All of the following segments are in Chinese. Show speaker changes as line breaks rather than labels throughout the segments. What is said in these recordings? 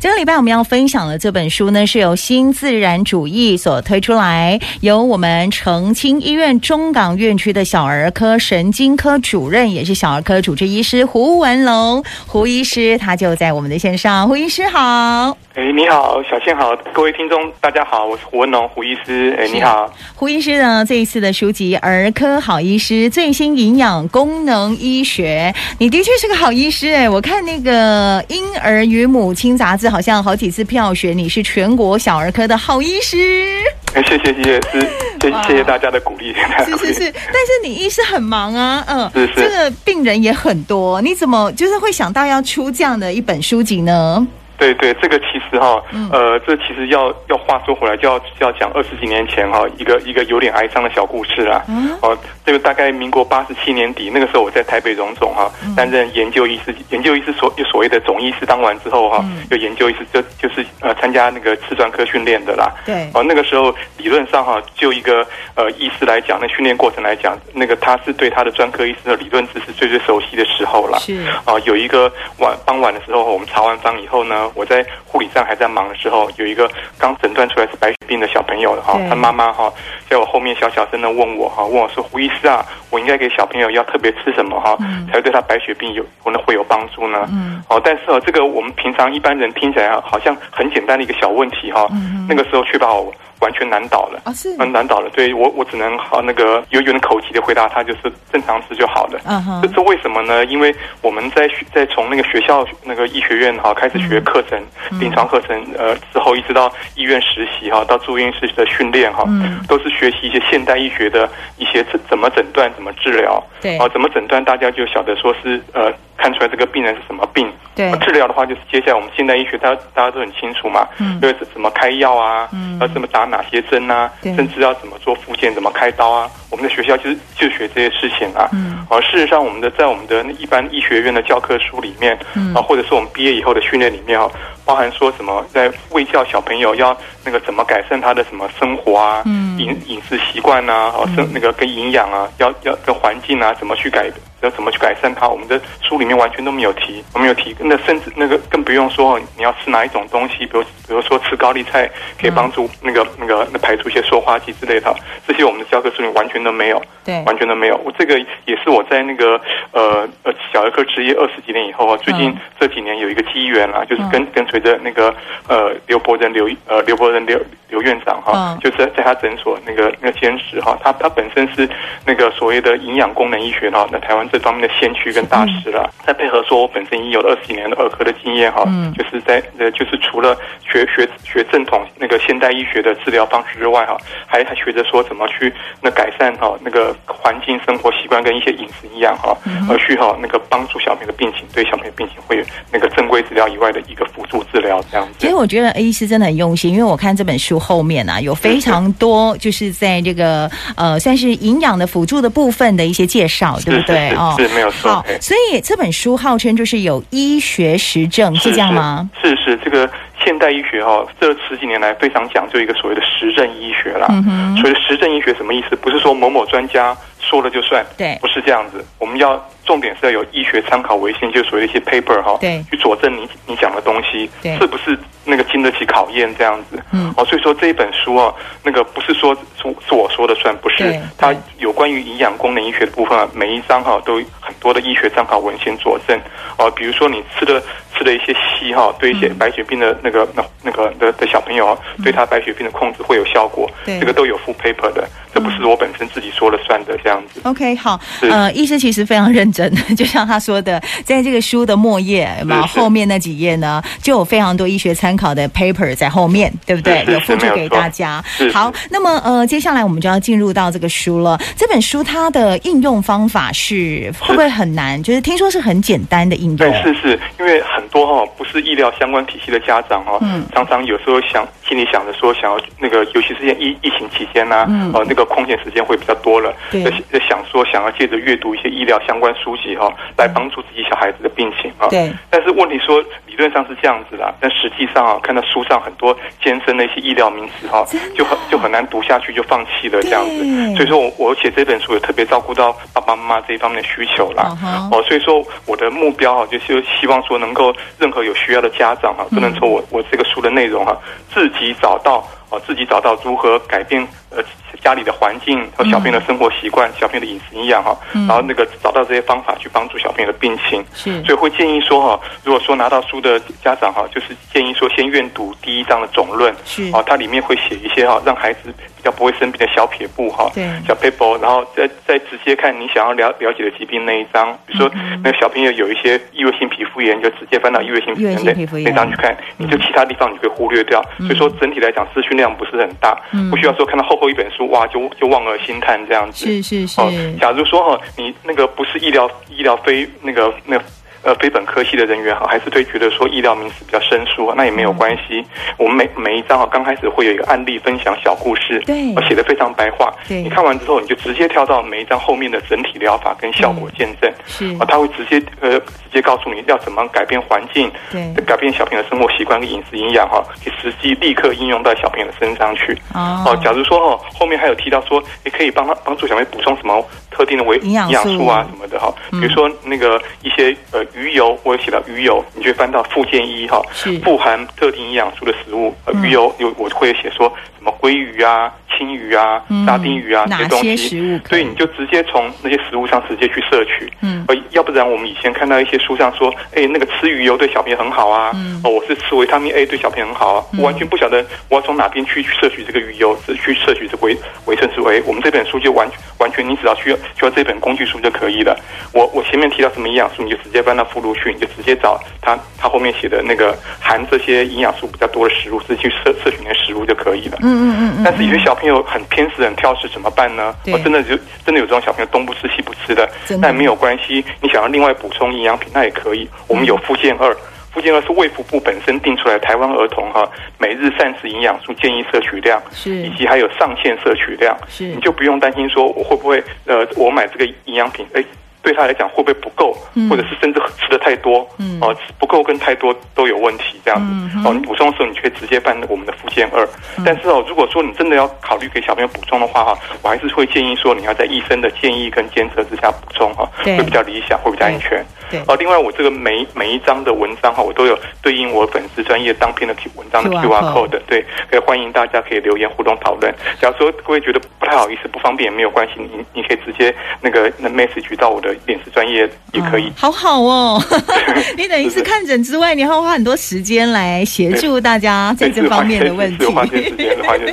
这个礼拜我们要分享的这本书呢，是由新自然主义所推出来，由我们澄清医院中港院区的小儿科神经科主任，也是小儿科主治医师胡文龙胡医师，他就在我们的线上。胡医师好，
哎，你好，小倩好，各位听众大家好，我是胡文龙胡医师。哎，你好，
胡医师呢这一次的书籍《儿科好医师：最新营养功能医学》，你的确是个好医师哎、我看那个《婴儿与母亲》杂志好像好几次票选你是全国小儿科的好医师。
哎，谢谢谢谢 是，谢
哇
谢谢大家的鼓励，大家
是
鼓励
是是，但是你医师很忙啊，嗯，
是是
这个病人也很多，你怎么就是会想到要出这样的一本书籍呢？
对对，这个其实哈、
嗯
呃，这其实要要话说回来，就要就要讲二十几年前哈、一个一个有点哀伤的小故事啦。
啊
哦，这个大概民国八十七年底，那个时候我在台北荣总哈、
嗯
担任研究医师，研究医师所所谓的总医师当完之后哈、
嗯
有研究医师就就是呃参加那个次专科训练的啦。
对
哦，那个时候理论上哈、就一个呃医师来讲，那训练过程来讲，那个他是对他的专科医师的理论知识最最熟悉的时候啦。
是
啊，有一个晚傍晚的时候，我们查完房以后呢，我在护理站还在忙的时候，有一个刚诊断出来是白血病的小朋友哈
对，
他妈妈哈，在我后面小小声的问我哈，问我说胡医师啊，我应该给小朋友要特别吃什么哈，
嗯
才会对他白血病有可能会有帮助呢？
嗯，
哦，但是哦，这个我们平常一般人听起来好像很简单的一个小问题哈，
嗯哼
那个时候却把我完全难倒了。
啊是，
嗯，难倒了，对我我只能好那个有有点口急的回答他，就是正常吃就好了。
嗯哼
这，这为什么呢？因为我们在学在从那个学校那个医学院哈、开始学课程，
嗯
临床课程，呃之后一直到医院实习哈、到住院室的训练哈、
嗯
都是学习一些现代医学的一些怎怎么诊断、怎么治疗。
对
啊，怎么诊断大家就晓得说是呃看出来这个病人是什么病。
对
啊治疗的话就是接下来我们现代医学大家大家都很清楚嘛，
嗯
就是怎么开药啊，
嗯
要怎么打哪些针啊，
对
甚至要怎么做复健、怎么开刀啊，我们的学校就是就学这些事情啊。
嗯
而事实上，我们的在我们的一般医学院的教科书里面，
嗯
啊，或者是我们毕业以后的训练里面啊，包含说什么在卫教小朋友要那个怎么改善他的什么生活啊，
嗯
饮饮食习惯啊，哦、生那个跟营养啊，要要跟环境啊，怎么去改，要怎么去改善它，我们的书里面完全都没有提，我没有提，那甚至那个更不用说哦你要吃哪一种东西，比如比如说吃高丽菜可以
嗯
帮助那个、那个那排除一些塑化剂之类的，这些我们的教科书里完全都没有。
对，
完全都没有。我这个也是我在那个呃呃小儿科职业二十几年以后啊，最近
嗯
这几年有一个机缘啦、就是
嗯
跟跟随着那个呃刘伯仁刘呃刘伯仁刘刘院长哈、
嗯
就是在他诊所那个那个兼职哈、他他本身是那个所谓的营养功能医学哈、那台湾这方面的先驱跟大师啦、再配合说我本身已有了二十几年的儿科的经验哈、
嗯
就是在呃就是除了学学学正统那个现代医学的治疗方式之外哈、还还学着说怎么去那改善哈、那个环境生活习惯跟一些饮食营养哈、
嗯
而去哈、那个帮助小朋友的病情，对小朋友病情会有那个正规治疗以外的一个辅助治疗这样子。
其实我觉得 A 医师真的很用心，因为我看这本书后面啊，有非常多就是在这个呃，算是营养的辅助的部分的一些介绍，对不对？
是是
哦，
是没有错
好
嘿，
所以这本书号称就是有医学实证，是这样吗？？
是是，这个现代医学哈、哦，这十几年来非常讲究一个所谓的实证医学啦。
嗯哼
所谓的实证医学什么意思？不是说某某专家说了就算，
对
不是这样子。我们要重点是要有医学参考为先，就是所谓的一些 paper 哈、
对
去佐证你你讲的东西
对
是不是那个经得起考验这样子。
嗯
哦，所以说这一本书哦，那个不是说是是我说的算，不是
对
它
对
有关于营养功能医学的部分啊，每一章哈、都有很多的医学参考文献佐证哦、比如说你吃的吃的一些硒哈、对一些白血病的那个那那个的的小朋友、哦，对他白血病的控制会有效果，
对
这个都有附 paper 的，这不是我本身自己说了算的这样子。
OK，好，
是
呃，医师其实非常认真， 就像他说的，在这个书的末页嘛，
是是
后面那几页呢，就有非常多医学参考的 paper 在后面，对不对
是？是
有附
是
注
没有
给
错
大家
是。是
好，那么呃，接下来我们就要进入到这个书了。这本书它的应用方法是会不会很难？就是听说是很简单的应
对，
用，
是是，因为很多哈、不是医疗相关体系的家长哈、
嗯
常常有时候想心里想着说想要那个，尤其是现在疫疫情期间呢、
嗯
呃，那个空闲时间会比较多了，
对
在在想说想要借着阅读一些医疗相关书籍哈、哦，来帮助自己小孩子的病情啊。
对，
但是问题说理论上是这样子啦，但实际上啊，看到书上很多艰深的一些医疗名词哈、
真的
就很就很难读下去，就放弃了这样子
对。
所以说我我写这本书有特别照顾到爸爸妈妈这一方面的需求啦。
嗯哼
哦，所以说我的目标啊，就是希望说能够任何有需要的家长
嗯
啊，都能从我我这个书的内容啊，自己找到哦、自己找到如何改变呃家里的环境和小
嗯
朋友的生活习惯、小朋友的饮食营养哈、然后那个找到这些方法去帮助小朋友的病情。
是
所以会建议说哈、如果说拿到书的家长哈、就是建议说先阅读第一章的总论，
是
哦，它里面会写一些哈、让孩子比较不会生病的小撇步哈、
对
小 paper，然后再再直接看你想要了了解的疾病那一章，比如说
嗯
那个小朋友有一些异位性皮肤炎，就直接翻到异位性
异位性
那
皮肤炎嗯
那章去看，你就其他地方你会忽略掉，所以说整体来讲资讯量不是很大，
嗯
不需要说看到厚厚一本书哇就就望而兴叹这样子，
是是是，
哦，假如说哦，你那个不是医疗医疗非那个那。呃，非本科系的人员哈，还是对觉得说医疗名词比较生疏，啊那也没有关系。我们每每一章啊，刚开始会有一个案例分享小故事，
对
哦我写的非常白话。
对
你看完之后，你就直接跳到每一章后面的整体疗法跟效果见证。
是
啊，他会直接呃直接告诉你要怎么改变环境，
对
改变小朋友的生活习惯跟饮食营养哈，可以实际立刻应用到小朋友的身上去。
哦
哦，假如说哦，后面还有提到说，也可以帮他帮助小朋友补充什么特定的维
营养素嗯
素啊什么的哈，比如说那个一些呃鱼油，我有写到鱼油，你就会翻到附件一哈
是，嗯
富含特定营养素的食物，呃鱼油有我会写说什么鲑鱼啊、青鱼啊
嗯、
沙丁鱼啊这
哪
些东
些
西，
食物可以
对，你就直接从那些食物上直接去摄取，
嗯
呃，要不然我们以前看到一些书上说，哎，那个吃鱼油对小朋友很好啊，
嗯
哦，我是吃维他命 A 对小朋友很好啊，我完全不晓得我要从哪边去去摄取这个鱼油，只去摄取这个维维生素 A。我们这本书就完完全，你只要需要需要这本工具书就可以了。我我前面提到什么营养素，你就直接翻到附录去，你就直接找它它后面写的那个含这些营养素比较多的食物，自己去摄摄取那些食物就可以了。
嗯嗯嗯嗯，
但是有些小朋友很偏食、很挑食，怎么办呢？
对
我、真的就真的有这种小朋友东不吃西不吃的
真，的嗯
但没有关系，你想要另外补充营养品，那也可以。我们有附件二。附件二是卫福部本身定出来，台湾儿童哈、每日膳食营养素建议摄取量，
是
以及还有上限摄取量，
是
你就不用担心说我会不会呃，我买这个营养品，哎，对他来讲会不会不够，
嗯
或者是甚至吃的太多，
嗯
哦、吃不够跟太多都有问题这样子，
嗯哼
哦，你补充的时候，你可以直接办我们的附件二。
嗯
但是哦，如果说你真的要考虑给小朋友补充的话哈、我还是会建议说你要在医生的建议跟监测之下补充哈、
对
会比较理想，会比较安全。
对
哦，另外我这个每每一章的文章哈、我都有对应我粉丝专业当篇的 Q 文章的
QR
QR
code
code，的对，可以欢迎大家可以留言互动讨论。假如说各位觉得不太好意思、不方便也没有关系，你你可以直接那个那 message 到我的脸书专业也可以
哦。好好哦， 你等于是看诊之外，你还要花很多时间来协助大家在这哦方面的问题
是。花些时间，是花些时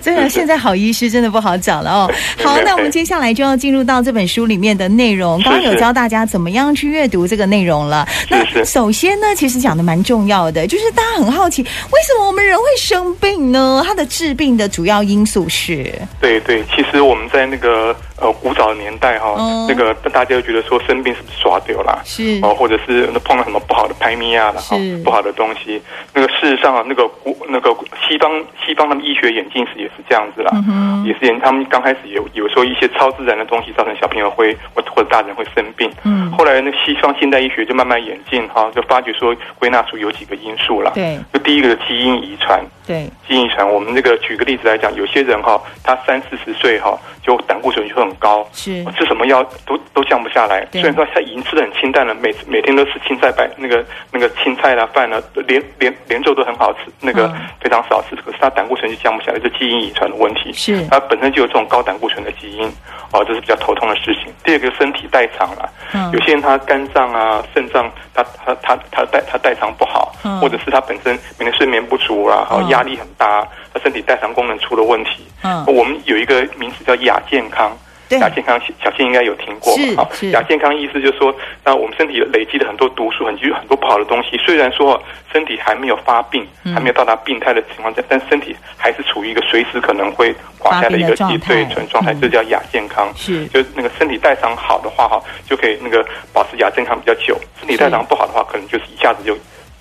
真的，
是是
现在好医师真的不好找了哦。
对
好
对，对
那我们接下来就要进入到这本书里面的内容。刚刚有
是
教大家怎么样去阅读这个内容了。那
是
首先呢，其实讲的蛮重要的，就是大家很好奇，为什么我们人会生病呢？它的治病的主要因素是，
对对，其实我们在那个呃古早的年代哈、
嗯
那个大家就觉得说生病是不是耍丢啦？
是
哦，或者是碰到什么不好的拍咪啊，然后
是
不好的东西。那个事实上啊，那个古那个西方西方他们医学演进史也是这样子啦，
嗯
也是演他们刚开始有有时候一些超自然的东西造成小朋友会或或者大人会生病。
嗯
后来呢，西方现代医学就慢慢演进哈、就发觉说归纳出有几个因素啦。
对
就第一个基因遗传，
对，
基因遗传，我们那个举个例子来讲，有些人哈、他三四十岁哈、就胆固醇就很高，
是
吃什么药都都降不下来。
对
虽然说他已经吃的很清淡了，每每天都吃青菜白那个那个青菜啦、饭啦，连连连粥都很好吃，那个
嗯
非常少吃，可是他胆固醇就降不下来，这基因遗传的问题。
是
他本身就有这种高胆固醇的基因，哦，这是比较头痛的事情。第二个身体代偿啦，
嗯
有些人他肝脏啊、肾脏，他他他他代他代偿不好，
嗯
或者是他本身每天睡眠不足啦、啊，
嗯
压力很大，他身体代偿功能出了问题。
嗯
我们有一个名词叫亚健康。
对
亚健康，小倩应该有听过
是
吧？
是
亚健康意思就是说，那我们身体累积了很多毒素，很多很多不好的东西。虽然说身体还没有发病，
嗯
还没有到达病态的情况下，但身体还是处于一个随时可能会垮下的一个
发病的状态
对存状态，
嗯
这叫亚健康。
是
就是那个身体代偿好的话哈，就可以那个保持亚健康比较久；身体代偿不好的话，可能就是一下子就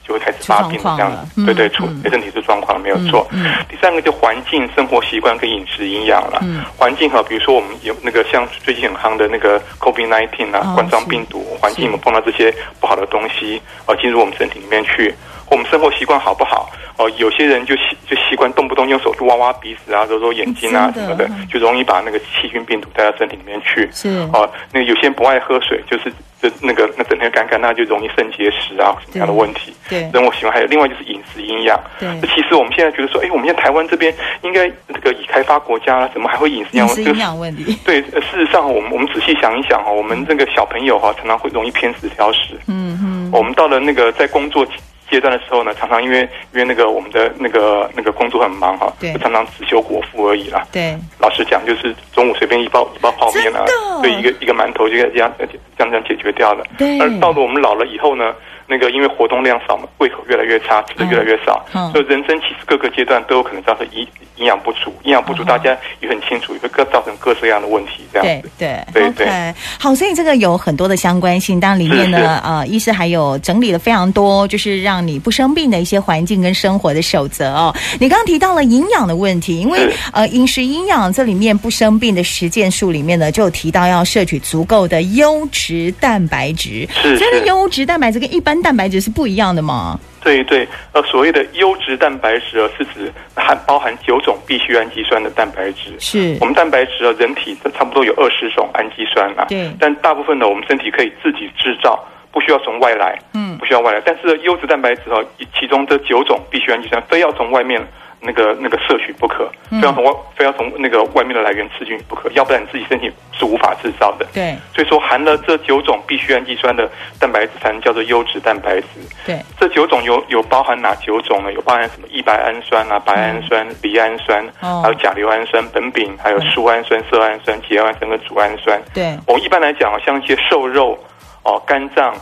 就会开始发病
出
了
状况
这样子
了。
对
嗯
对，出
嗯
身体出状况没有错。
嗯嗯
第三个就环境、生活习惯跟饮食营养了。
嗯
环境哈，比如说我们有那个像最近很夯的那个 COVID-19 啊
哦，
冠状
是
病毒，环境
是
我们碰到这些不好的东西，呃，进入我们身体里面去。我们生活习惯好不好？哦、有些人就习就习惯动不动用手去挖挖鼻子啊、揉揉眼睛啊什
真的
么的
嗯，
就容易把那个细菌病毒带到身体里面去。
是
哦，那有些人不爱喝水，就是就那个那整天干干，那就容易肾结石啊什么样的问题。
对
生活习惯还有另外就是饮食营养。
对
那其实我们现在觉得说，哎，我们现在台湾这边应该这个已开发国家，怎么还会饮食
饮
营养？
食营养问题，
对，呃事实上，我们我们仔细想一想哦，我们这个小朋友哈、常常会容易偏食挑食。
嗯哼，
我们到了那个在工作阶段的时候呢，常常因为因为那个我们的那个那个工作很忙哈、
对
就常常只修果腹而已啦。
对，
老实讲，就是中午随便一包一包泡面啊
真的，
对，一个一个馒头就这样这样这样解决掉了。
对
而到了我们老了以后呢，那个因为活动量少嘛，胃口越来越差，吃的越来越少，
嗯
所以人生其实各个阶段都有可能造成营营养不足，营养不足
嗯
大家也很清楚，也会各造成各式各样的问题，这样
对
子。
对
对
o
对
k 好，所以这个有很多的相关性，当然里面
是是
呢，呃，医师还有整理了非常多，就是让你不生病的一些环境跟生活的守则哦。你刚刚提到了营养的问题，因为
是
呃，饮食营养这里面不生病的实践数里面呢，就有提到要摄取足够的优质蛋白质。
是
所以呢
是
优质蛋白质跟一般蛋白质是不一样的嘛？
对对，呃，所谓的优质蛋白质啊，是指含包含九种必需氨基酸的蛋白质。
是
我，们蛋白质啊，人体差不多有二十种氨基酸啊，
对
但大部分呢，我们身体可以自己制造，不需要从外来，
嗯
不需要外来。但是优质蛋白质哦，其中这九种必需氨基酸非要从外面那个那个摄取不可，
嗯
非要从外非要从那个外面的来源吃进去不可，要不然你自己身体是无法制造的。
对
所以说，含了这九种必需氨基酸的蛋白质才能叫做优质蛋白质。
对，
这九种有有包含哪九种呢？有包含什么异白氨酸啊、白氨酸、离氨酸，
嗯哦
还有甲硫氨酸、苯丙，还有树氨酸、色氨酸、缬氨酸跟组氨酸。
对
我们一般来讲，像一些瘦肉、哦、肝脏、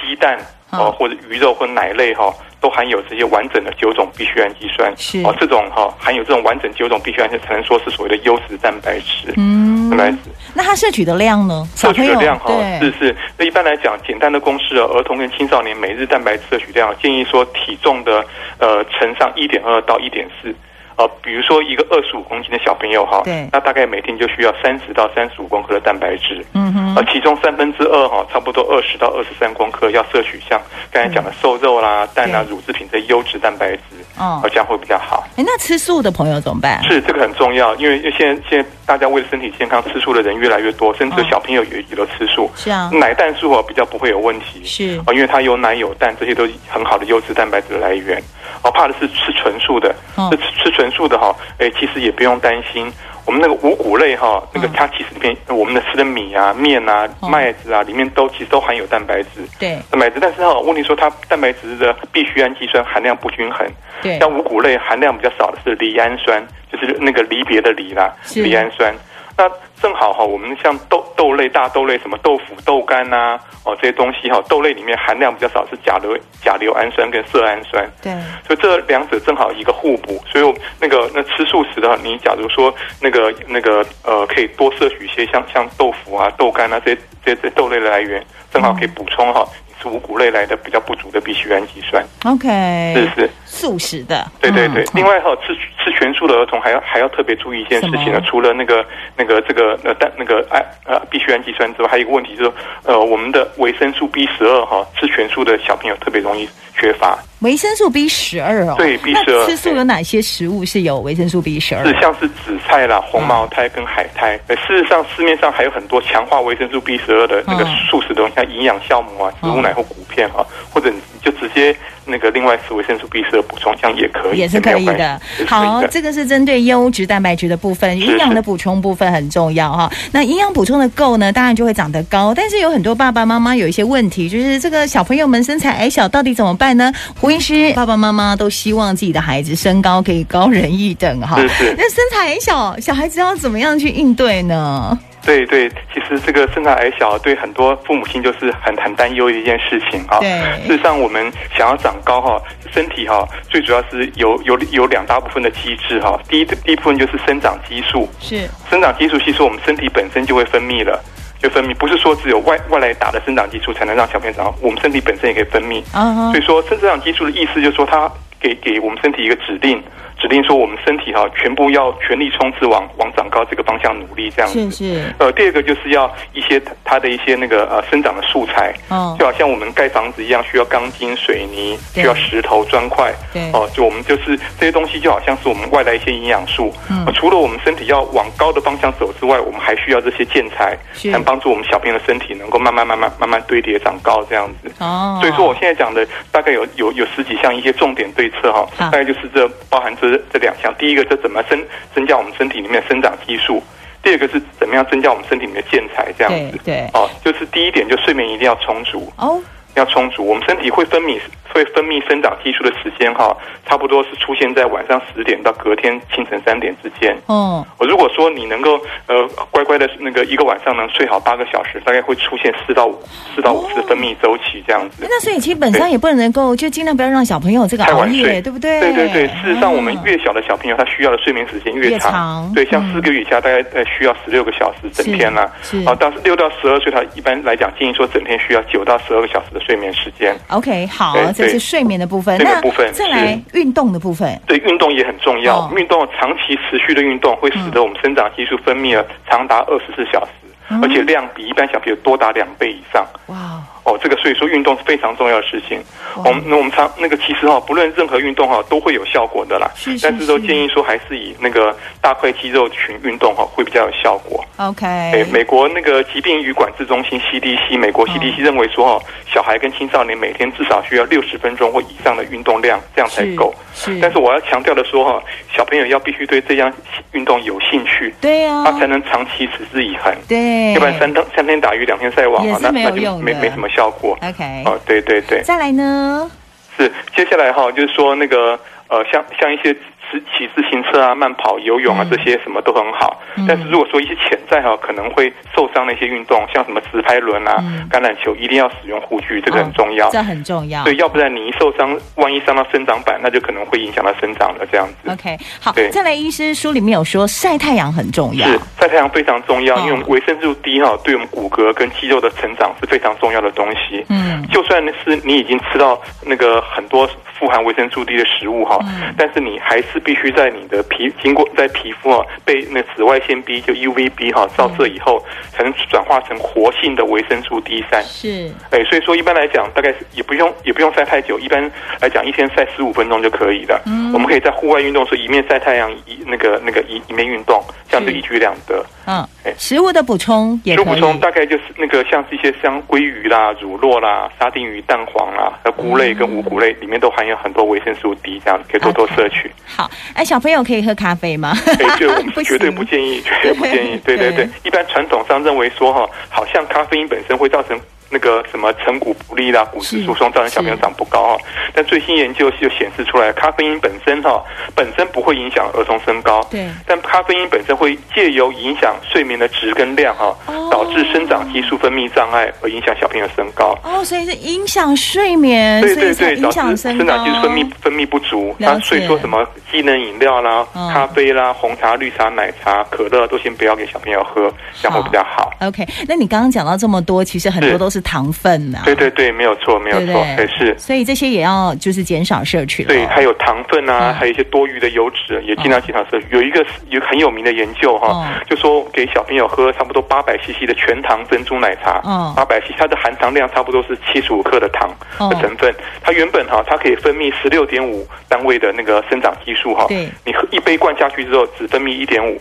鸡蛋
哦
哦，或者鱼肉或奶类哈、哦，都含有这些完整的九种必需氨基酸。
是
哦，这种哈、哦、含有这种完整九种必需氨基酸，才能说是所谓的优质蛋白质。
嗯
蛋白质。
那它摄取的量呢？小
摄
朋
取的
友
量哈、是
对，
是。那一般来讲，简单的公式啊，儿童跟青少年每日蛋白质摄取量建议说体重的呃乘上一点二到一点四。呃，比如说一个二十五公斤的小朋友哈
对，
那大概每天就需要三十到三十五公克的蛋白质，
嗯哼，
呃，其中三分之二哈，差不多二十到二十三公克要摄取像刚才讲的瘦肉啦、蛋啊、
对
乳制品这些优质蛋白质，
哦
呃，这样会比较好。
哎，那吃素的朋友怎么办？
是这个很重要，因为因为现在现在大家为了身体健康，吃素的人越来越多，甚至
嗯
小朋友也也都吃素。
是啊
奶蛋素啊比较不会有问题，
是
啊，因为它有奶有蛋，这些都是很好的优质蛋白质的来源。哦，怕的是吃纯素的，
嗯
这吃吃纯素的哈、哎，其实也不用担心。我们那个五谷类哈、那个
嗯
它其实里面我们的吃的米啊、面啊、
嗯
麦子啊，里面都其实都含有蛋白质。
对
蛋白质，但是哈、问题说它蛋白质的必需氨基酸含量不均衡，
对
像五谷类含量比较少的是离氨酸，就是那个离别的离啦，
是
离氨酸。那正好哈，我们像豆豆类、大豆类，什么豆腐、豆干呐、哦这些东西哈，豆类里面含量比较少是甲硫甲硫氨酸跟色氨酸。
对，
所以这两者正好一个互补，所以我那个那吃素食的话，你假如说那个那个呃，可以多摄取一些像像豆腐啊、豆干啊这些这些这些豆类的来源，正好可以补充哈、你吃五谷类来的比较不足的必需氨基酸，是
OK，
是。
素食的，
对对对
嗯，
另外哈、吃吃全素的儿童还要还要特别注意一件事情
什么
呢，除了那个那个这个呃蛋那个氨呃必需氨基酸之外，还有一个问题就是呃我们的维生素 B 十二哈，吃全素的小朋友特别容易缺乏，
维生素 B 十二哦，
对，B
那
十二
吃素有哪些食物是有维生素 B 十二
是？像是紫菜啦、红茅苔跟海苔。呃事实上，市面上还有很多强化维生素 B 十二的那个
嗯
素食东西，像营养酵母啊、植物奶或谷片啊，或者你就直接那个另外吃维生素 B 十二补充，这样也可以，
也是
没
可
有
以
关系
的
也是。可以
好，
的
这个是针对优质蛋白质的部分，营养的补充部分很重要哈。那营养补充的够呢，当然就会长得高。但是有很多爸爸妈妈有一些问题，就是这个小朋友们身材矮小，到底怎么办呢？胡医师，爸爸妈妈都希望自己的孩子身高可以高人一等哈。
是是
那身材矮小，小孩子要怎么样去应对呢？
对对，其实这个身材矮小对很多父母亲就是很很担忧的一件事情啊。
对
事实上我们想要长高哈，身体哈最主要是有有有两大部分的机制哈。第一第一部分就是生长激素，
是
生长激素其实我们身体本身就会分泌了。就分泌，不是说只有外外来打的生长激素才能让小朋友长大，我们身体本身也可以分泌。
嗯哼
所以说，生长激素的意思就是说，它给给我们身体一个指令，指令说我们身体哈、全部要全力冲刺往往长高这个方向努力这样子。
是是，
呃，第二个就是要一些它它的一些那个呃生长的素材，
哦
就好像我们盖房子一样，需要钢筋、水泥，
对
需要石头、砖块，
对
哦、就我们就是这些东西，就好像是我们外来一些营养素。
嗯
呃除了我们身体要往高的方向走之外，我们还需要这些建材，
是
才能帮助我们小朋友的身体能够慢慢、慢慢、慢慢堆叠长高这样子。
哦，
嗯所以说，我现在讲的大概有有有十几项一些重点对策哈，
好
大概就是这包含这这两项。第一个，这怎么增增加我们身体里面的生长激素；第二个是怎么样增加我们身体里面的建材，这样子
对。对
哦，就是第一点，就睡眠一定要充足，
哦，
要充足。我们身体会分泌会分泌生长激素的时间哈，差不多是出现在晚上十点到隔天清晨三点之间。
哦，
我如果说你能够呃乖乖的那个一个晚上能睡好八个小时，大概会出现四到五四到五次分泌周期这样子。
那所以基本上也不能够，就尽量不要让小朋友这个
太
熬
晚睡
夜，，对不对？
对对对，事实上，我们
嗯
越小的小朋友，他需要的睡眠时间
越
越长。
长
对，像
嗯
四个月以下，大概呃需要十六个小时整天啦、
是是
啊，但是六到十二岁，他一般来讲建议说整天需要九到十二个小时的睡眠时间。
OK 好
对，
这是
对
睡眠的部分。
睡眠
那
部分
再来运动的部分，
对，运动也很重要。
哦嗯
运动长期持续的运动会使得我们生长激素分泌了长达二十四小时，而且量比一般小朋友多达两倍以上。
哇，
哦，这个所以说运动是非常重要的事情。
哇
我们那我们常那个其实哈、不论任何运动哈、都会有效果的啦。
是是
但是都
是
建议说还是以那个大块肌肉群运动哈、会比较有效果。诶
OK，
美国那个疾病与管制中心 CDC，美
哦
国 CDC 认为说哈、小孩跟青少年每天至少需要六十分钟或以上的运动量，这样才够。
是，
但是我要强调的说哈、小朋友要必须对这项运动有兴趣，
对呀、
他才能长期持之以恒。
对，
要不然三天三天打鱼两天晒网
哎也
啊
是，
那
没
那
有
就
用
没
的
没什么效果。
OK，、
哦，对对对，
再来呢？
是。接下来哈、就是说那个呃，像像一些骑骑自行车啊、慢跑、游泳啊
嗯
这些什么都很好，
嗯
但是如果说一些潜在哈、可能会受伤的一些运动，像什么直拍轮啊、
嗯
橄榄球，一定要使用护具，这个
哦
很重要。
这很重要。
对，要不然你一受伤，万一伤到生长板，那就可能会影响到生长了。这样子
OK，好，
对
再来，医师书里面有说晒太阳很重要
是。晒太阳非常重要，
哦
因为我们维生素 D 哈、对我们骨骼跟肌肉的成长是非常重要的东西。
嗯，
就算是你已经吃到那个很多富含维生素 D 的食物哈、
嗯
但是你还是必须在你的皮经过在皮肤啊被那紫外线 B 就 UVB
嗯
哈、照射以后，才能转化成活性的维生素 D 三。
是
哎，所以说一般来讲，大概是也不用也不用晒太久，一般来讲一天晒十五分钟就可以了。
嗯
我们可以在户外运动时一面晒太阳一那个那个一一面运动，这样就是一举两得。
嗯
哎，
食物的补充也
食物
可
补
以。
充大概就是那个像是一些像鲑鱼啦、乳酪啦、沙丁鱼、蛋黄啦、呃菇类跟五谷类里面都含有很多维生素 D，这样可以 多多摄取。
好，哎，小朋友可以喝咖啡吗？
哎，对，我们
不
是绝对
行
不建议，绝对不 建议。对对
对
对，一般传统上认为说哈，好像咖啡因本身会造成。那个什么成骨不利啦、骨质疏松，造成小朋友长不高哈。但最新研究就显示出来，咖啡因本身哈本身不会影响儿童身高，
对
但咖啡因本身会借由影响睡眠的质跟量哈
哦，
导致生长激素分泌障碍，而影响小朋友身高。
哦，所以是影响睡眠，
对
所以
对
才
对，
影
导
响
致
身
生
高。
长激素分泌分泌不足，
了
那
解
所以说什么机能饮料啦、
嗯
咖啡啦、红茶、绿茶、奶茶、可乐都先不要给小朋友喝，这样会比较好。
OK，那你刚刚讲到这么多，其实很多
是
都是糖分呐、
对对对，没有错，没有
对不
错，
对
对是。
所以这些也要就是减少摄取了。
对，还有糖分啊，
嗯
还有一些多余的油脂，也尽量减少摄取。有一个有很有名的研究哈、
嗯
就说给小朋友喝差不多八百 CC 的全糖珍珠奶茶，
嗯
八百 CC 它的含糖量差不多是七十五克的糖
嗯
的成分。它原本哈、它可以分泌十六点五单位的那个生长激素哈、
对
你喝一杯灌下去之后，只分泌一点五，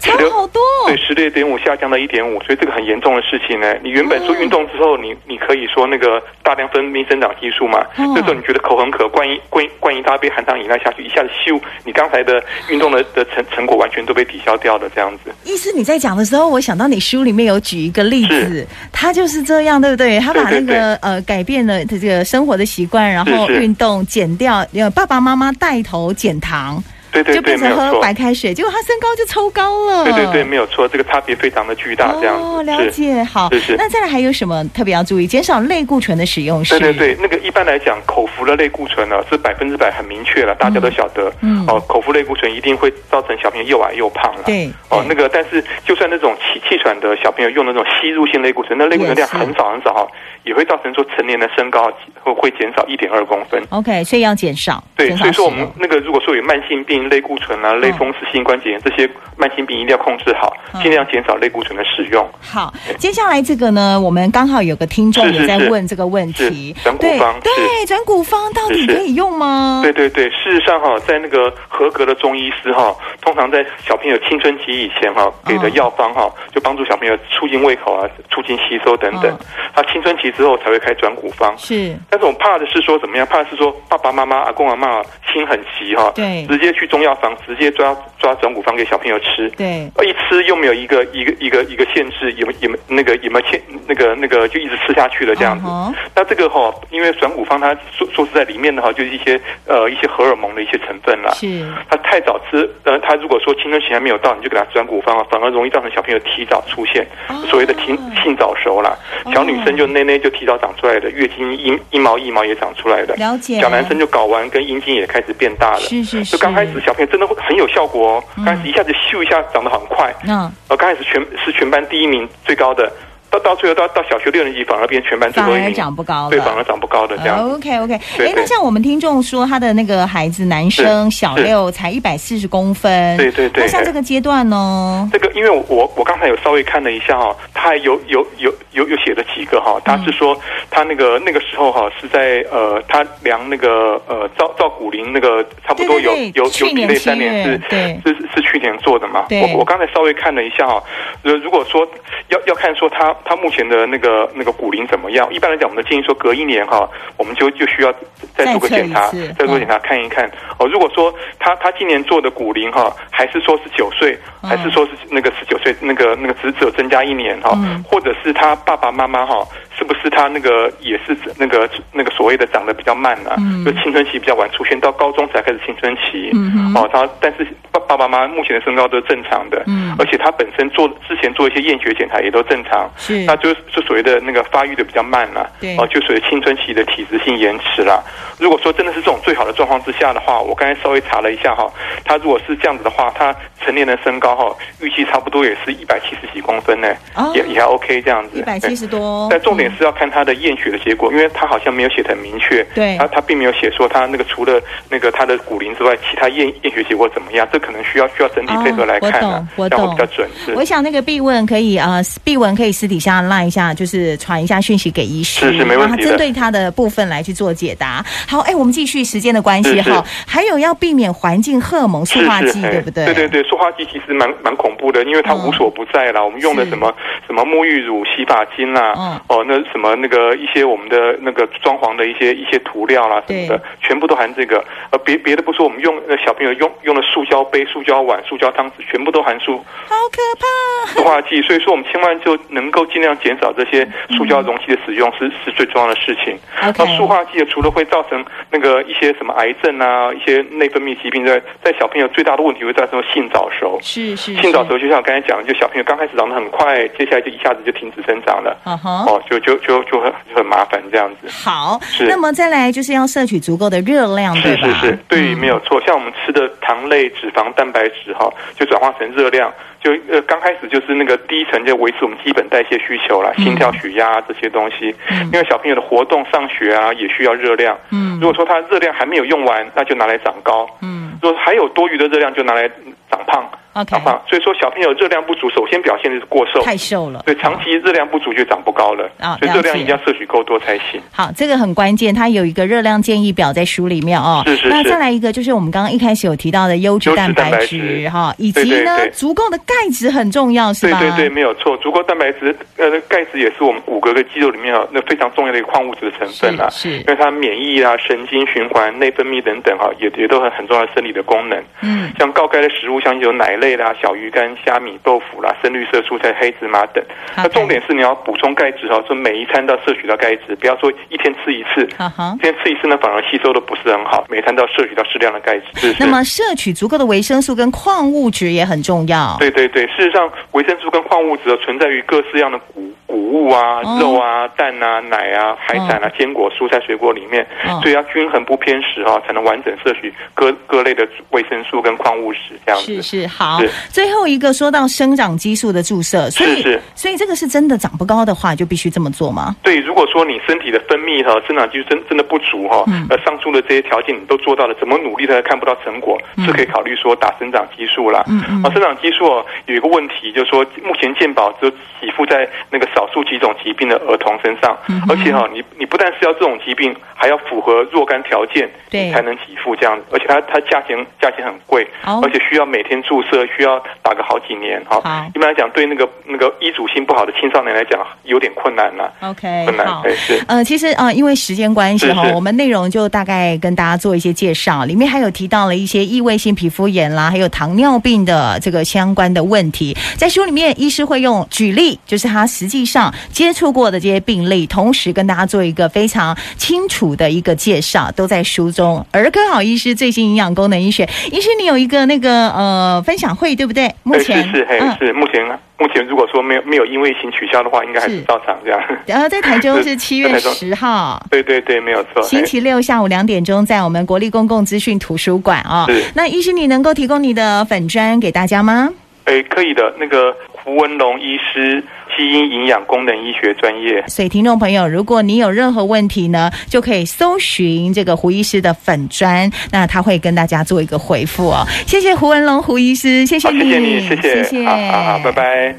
差好多。
对，十六点五下降到一点五，所以这个很严重的事情呢。你原本
哦
说运动之后，你你可以说那个大量分泌生长激素嘛，
嗯
这时候你觉得口很渴，灌一灌一灌一大杯含糖饮料下去，一下子咻，你刚才的运动的的成成果完全都被抵消掉了，这样子。
医师，你在讲的时候，我想到你书里面有举一个例子
是，
他就是这样，对不对？他把那
对
个
对对
呃改变了这个生活的习惯，然后
是是
运动减掉，呃爸爸妈妈带头减糖，
对对
就
对，
变
没
成
有
喝
错，
白开水，结果他身高就抽高了。
对对对，没有错，这个差别非常的巨大，这样
哦，
子
了
是。
解，好
是是。
那再来还有什么特别要注意？减少类固醇的使用是？
对对对，那个一般来讲，口服的类固醇呢是百分之百很明确了，大家都晓得。
嗯
哦，口服类固醇一定会造成小朋友又矮又胖了。
对
哦
对，
那个但是就算那种气气喘的小朋友用那种吸入性类固醇，那类固醇量
也是
很少很少哈，也会造成说成年的身高会会减少一点二公分。
OK，所以要减少，
对，
减少
所以说我
使
们
用
那个如果说有慢性病、类固醇啊、类风湿性关节炎这些慢性病，一定要控制好，
嗯
尽量减少类固醇的使用。
好，接下来这个呢，我们刚好有个听众
是是
也在
是
问这个问题
是，转骨
对
方
对，转骨方到底
是是
可以用吗？
对对对，事实上哈、在那个合格的中医师哈、通常在小朋友青春期以前哈、给的药方哈、就帮助小朋友促进胃口啊、促进吸收等等
嗯。
他青春期之后才会开转骨方。
是
但是我怕的是说怎么样？怕的是说爸爸妈妈、阿公阿妈心很急哈、
对
直接去中药房，直接抓抓转骨方给小朋友吃，
对，
呃一吃又没有一个一个一个一个限制，也没也没那个也没有限那个那个就一直吃下去了这样子。
嗯哼
那这个哈、因为转骨方它说说实在里面的哈，就是一些呃一些荷尔蒙的一些成分啦。
是
他太早吃，呃，他如果说青春期还没有到，你就给他转骨方啊，反而容易造成小朋友提早出现、
哦
所谓的性性早熟啦。小女生就内内就提早长出来的，月经一一毛一毛也长出来的。
了解
小男生就睾丸跟阴茎也开始变大了。
是是是，嗯
就刚开始小朋友真的会很有效果哦，刚开始一下子咻一下长得很快，
那
呃，刚开始全是全班第一名最高的，到到最后到到小学六年级反而变全班最
反
后一名，
而长不高
对，反而
了。
长不高的这样子。
OK OK，
对
哎，那
对
像我们听众说他的那个孩子男生小
是
六才一百四十公分，
对对对
那像这个阶段哦呢？
这个，因为我我我刚才有稍微看了一下哈、他还有有有有有写了几个
嗯
哈、他是说他那个那个时候哈、是在呃，他量那个呃赵赵骨龄那个差不多有
对对对
有
去
有几
年
类
七
三年
月
是
对
是是去年做的嘛？
对
我我刚才稍微看了一下哈、如如果说要要看说他他目前的那个那个骨龄怎么样，一般来讲我们都建议说隔一年哈、我们就就需要再做个
再测一
检查
次，
再做
嗯
检查看一看哦。如果说他他今年做的骨龄哈、还是说是九岁，
嗯
还是说是那个十九岁那个那个只只有增加一年哈、
嗯
或者是他爸爸妈妈哈，是不是他那个也是那个那个所谓的长得比较慢啊，
嗯
就青春期比较晚出现，到高中才开始青春期，
嗯哼
哦，他但是爸爸爸妈妈目前的身高都是正常的，
嗯
而且他本身做之前做一些验血检查也都正常，
是
那就是就所谓的那个发育的比较慢啦、
对
哦，就属于青春期的体质性延迟啦。如果说真的是这种最好的状况之下的话，我刚才稍微查了一下哈，他如果是这样子的话，他成年人身高哈，预期差不多也是一百七十几公分呢，
哦
也也还 OK 这样子。哎
一百七十哦嗯多，
但重点是要看他的验血的结果，因为他好像没有写得很明确，
对
他他并没有写说他那个除了那个他的骨龄之外，其他验验血结果怎么样，这可能需要需要整体配合来看啊
哦，我懂我
这样
懂
会比较准。是
我想那个必问可以啊，呃必问可以私底下拉一下，就是传一下讯息给医师，
是是没问题的
然后他针对他的部分来去做解答。好，哎，我们继续时间的关系
是是
哈，还有要避免环境荷尔蒙塑化
是
剂，
是，
对
哎
不对？
对对对，塑化剂其实蛮蛮恐怖的，因为它
嗯
无所不在啦。我们用的
是
什么什么沐浴乳、洗发精啦，
嗯
哦，那什么那个一些我们的那个装潢的一些一些涂料啦什
对
么的，全部都含这个。呃，别别的不说，我们用呃小朋友用用的塑胶杯、塑胶碗、塑胶汤匙，全部都含塑
好可怕。
塑化剂。所以说，我们千万就能够尽量减少这些塑胶容器的使用，是是最重要的事情。
嗯 OK
那塑化剂除了会造成那个一些什么癌症啊、一些内分泌疾病之外，在小朋友最大的问题会造成性早熟。
是是
性早
是，
熟就像我刚才讲的，就小朋友刚开始长得很快，接下来就一下子就停止生长了。
嗯哼。
哦，就就就就很就很麻烦这样子。
好，
是
那么再来就是要摄取足够的热量，
是
对吧？嗯
是是，对，没有错。像我们吃的糖类、脂肪、蛋白质哈，就转化成热量。就呃，刚开始就是那个第一层就维持我们基本代谢需求
嗯
啦，心跳、血压、这些东西。因为小朋友的活动、上学啊，也需要热量。
嗯
如果说他热量还没有用完，那就拿来长高。
嗯
如果还有多余的热量，就拿来长胖。
，OK，
长胖。所以说，小朋友热量不足，首先表现就是过瘦。
太瘦了。
哦对，长期热量不足就长不高了，
啊
所以
了
热量
解
一定要摄取够多才行。
好，这个很关键，它有一个热量建议表在书里面哦。
是是
那
是
再来一个就是我们刚刚一开始有提到的优质
优质
蛋
蛋
白
白
质
质
哈，以及
对
呢
对对
足够的钙质很重要，是
对
吧？
对对，没有错。足够蛋白质，呃，钙质也是我们骨骼跟肌肉里面啊，那非常重要的一个矿物质的成分啊，
是是
因为它免疫啊、神经循环、内分泌等等哈、啊，也也都很很重要的生理的功能。
嗯，
像高钙的食物，像有奶类啦、小鱼干、虾米、豆腐啦、深绿色蔬菜、黑芝麻等。那重点是你要补充钙质哦，说每一餐都要摄取到钙质，不要说一天吃一次，
哈哈
一。天吃一次呢反而吸收的不是很好。每餐都要摄取到适量的钙质。是不是
那么摄取足够的维生素跟矿物质也很重要。
对对对，事实上，维生素跟矿物质的存在于各式样的谷谷物啊
哦、
肉啊、蛋啊、奶啊、海产啊、坚果、蔬菜、水果里面
哦，
所以要均衡不偏食哈、才能完整摄取各各类的维生素跟矿物质这样子。
是是好
是，
最后一个说到生长激素的注射，所以
是是
所以这个是真的长不高的话，就必须这么做吗？
对，如果说你身体的分泌和生长激素真真的不足哈、
嗯
呃，上述的这些条件你都做到了，怎么努力都看不到成果，
嗯
是可以考虑说打生长激素啦。
嗯嗯
啊，生长激素哦有一个问题，就是说目前健保只有给付在那个少数几种疾病的儿童身上，
嗯哼
而且哈、你你不但是要这种疾病，还要符合若干条件，
对
你才能给付这样，而且它它价钱价钱很贵，
哦
而且需要每天注射，需要打个好几年哈。
好
一般来讲，对那个那个医嘱性不好的青少年来讲，有点困难了。
OK，
困难
哎好，
对是。
呃，其实呃，因为时间关系
是
哈，
是
我们内容就大概跟大家做一些介绍，里面还有提到了一些异位性皮肤炎啦，还有糖尿病的这个相关的问题。在书里面，医师会用举例，就是他实际上接触过的这些病例，同时跟大家做一个非常清楚的一个介绍，都在书中。儿科好医师最新营养功能医学，医师你有一个那个呃分享会对不对？目
哎
前
是是嘿、
嗯。
是目前目前如果说没有没有因为疫情取消的话，应该还
是
是照常这样。
呃，在台中是七月
在台中
十号，
对对对，没有错。哎
星
嘿
期六下午两点钟，在我们国立公共资讯图书馆啊、
是
那医师，你能够提供你的粉砖给大家吗？
哎，可以的。那个胡文龙医师，基因营养功能医学专业。
所以，听众朋友，如果你有任何问题呢，就可以搜寻这个胡医师的粉砖，那他会跟大家做一个回复哦。谢谢胡文龙胡医师，谢谢
啊好，谢
你，
谢你，谢谢，啊
谢谢
好好好，拜拜。